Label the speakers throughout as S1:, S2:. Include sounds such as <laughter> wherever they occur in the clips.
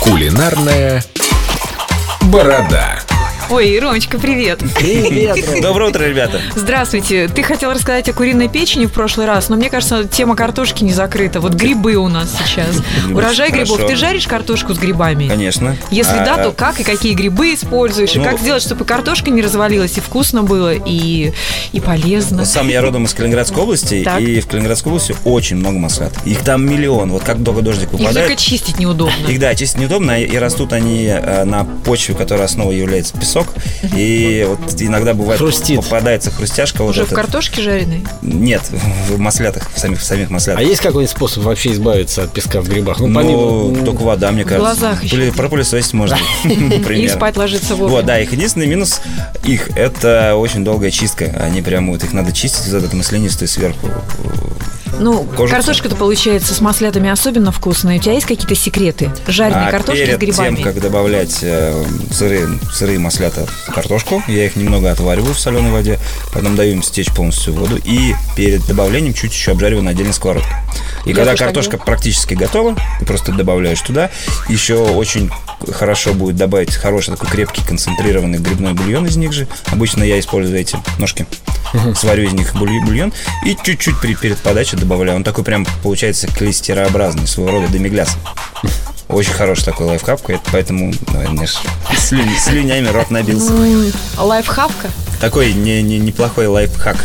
S1: Кулинарная борода.
S2: Ой, Ромочка, привет. <laughs>
S3: Привет, Ром.
S4: Доброе утро, ребята.
S2: Здравствуйте. Ты хотел рассказать о куриной печени в прошлый раз, но мне кажется, тема картошки не закрыта. Вот грибы у нас сейчас.
S4: Грибы,
S2: Урожай
S4: хорошо.
S2: грибов. Ты жаришь картошку с грибами?
S4: Конечно.
S2: Если
S4: А,
S2: да, то как и какие грибы используешь, и
S4: ну,
S2: как сделать, чтобы и картошка не развалилась, и вкусно было, и, и полезно.
S4: ну, Сам я родом из Калининградской области,
S2: Так.
S4: и в Калининградской области очень много маслят. Их там миллион. Вот как только дождик
S2: Их только
S4: выпадает.
S2: чистить неудобно.
S4: Их, да, чистить неудобно, и растут они э, на почве, которая основой является песок. И вот иногда бывает
S3: Хрустит.
S4: попадается хрустяшка.
S2: Уже
S4: вот
S2: в
S4: эта.
S2: картошке жареной?
S4: Нет, в маслятах, в самих, в самих маслятах.
S3: А есть какой-нибудь способ вообще избавиться от песка в грибах? Ну,
S4: Ну,
S3: помимо... м,
S4: только вода, мне кажется.
S2: глазах еще.
S4: Пыли- Пропылесосить можно. <laughs>
S2: И
S4: Например.
S2: спать ложиться вовремя.
S4: Вот, да, их единственный минус их это очень долгая чистка. Они прям вот их надо чистить, вот этот маслянистый сверху.
S2: Ну,
S4: Кожица.
S2: картошка-то получается с маслятами особенно вкусная. У тебя есть какие-то секреты? Жареной
S4: А
S2: картошки с
S4: перед
S2: грибами?
S4: тем, как добавлять э, сырые, сырые маслята в картошку, я их немного отвариваю в соленой воде, потом даю им стечь полностью в воду и перед добавлением чуть еще обжариваю на отдельной сковородке. И
S2: Я
S4: когда
S2: тоже так
S4: картошка практически готова, ты просто добавляешь туда. Еще очень хорошо будет добавить хороший такой крепкий концентрированный грибной бульон из них же. Обычно я использую эти ножки. Сварю из них буль- бульон и чуть-чуть при- перед подачей добавляю. Он такой прям получается клейстерообразный, своего рода демигляс. Очень хороший такой лайфхак, поэтому, наверное, аж слю- слюнями рот набился.
S2: М, Лайфхавка?
S4: Такой не, не- неплохой лайфхак.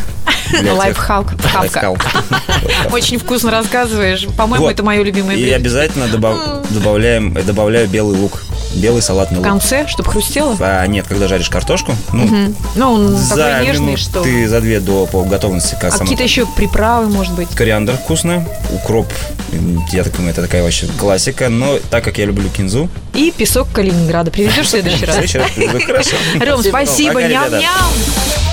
S4: для тех-
S2: Лайфхак. Хавка.
S4: Лайфхак.
S2: <laughs> Очень вкусно рассказываешь. По-моему,
S4: Вот.
S2: это мое любимое
S4: И
S2: блюдо.
S4: обязательно добав- добавляем, э, добавляю белый лук. Белый салатный
S2: В
S4: лук.
S2: конце, чтобы хрустело.
S4: А, нет, когда жаришь картошку, ну,
S2: М, Ну, он
S4: за
S2: такой нежный,
S4: минут
S2: что...
S4: ты за две до полуготовности к
S2: А
S4: самому.
S2: какие-то еще приправы, может быть?
S4: Кориандр вкусно, укроп, м, я так понимаю, это такая вообще классика, но так как я люблю кинзу,
S2: И песок Калининграда. Привезешь в следующий
S4: <laughs> в
S2: раз?
S4: следующий раз приведу. хорошо.
S2: Ром, спасибо.
S4: Пока, ребята.
S2: Ням-ням.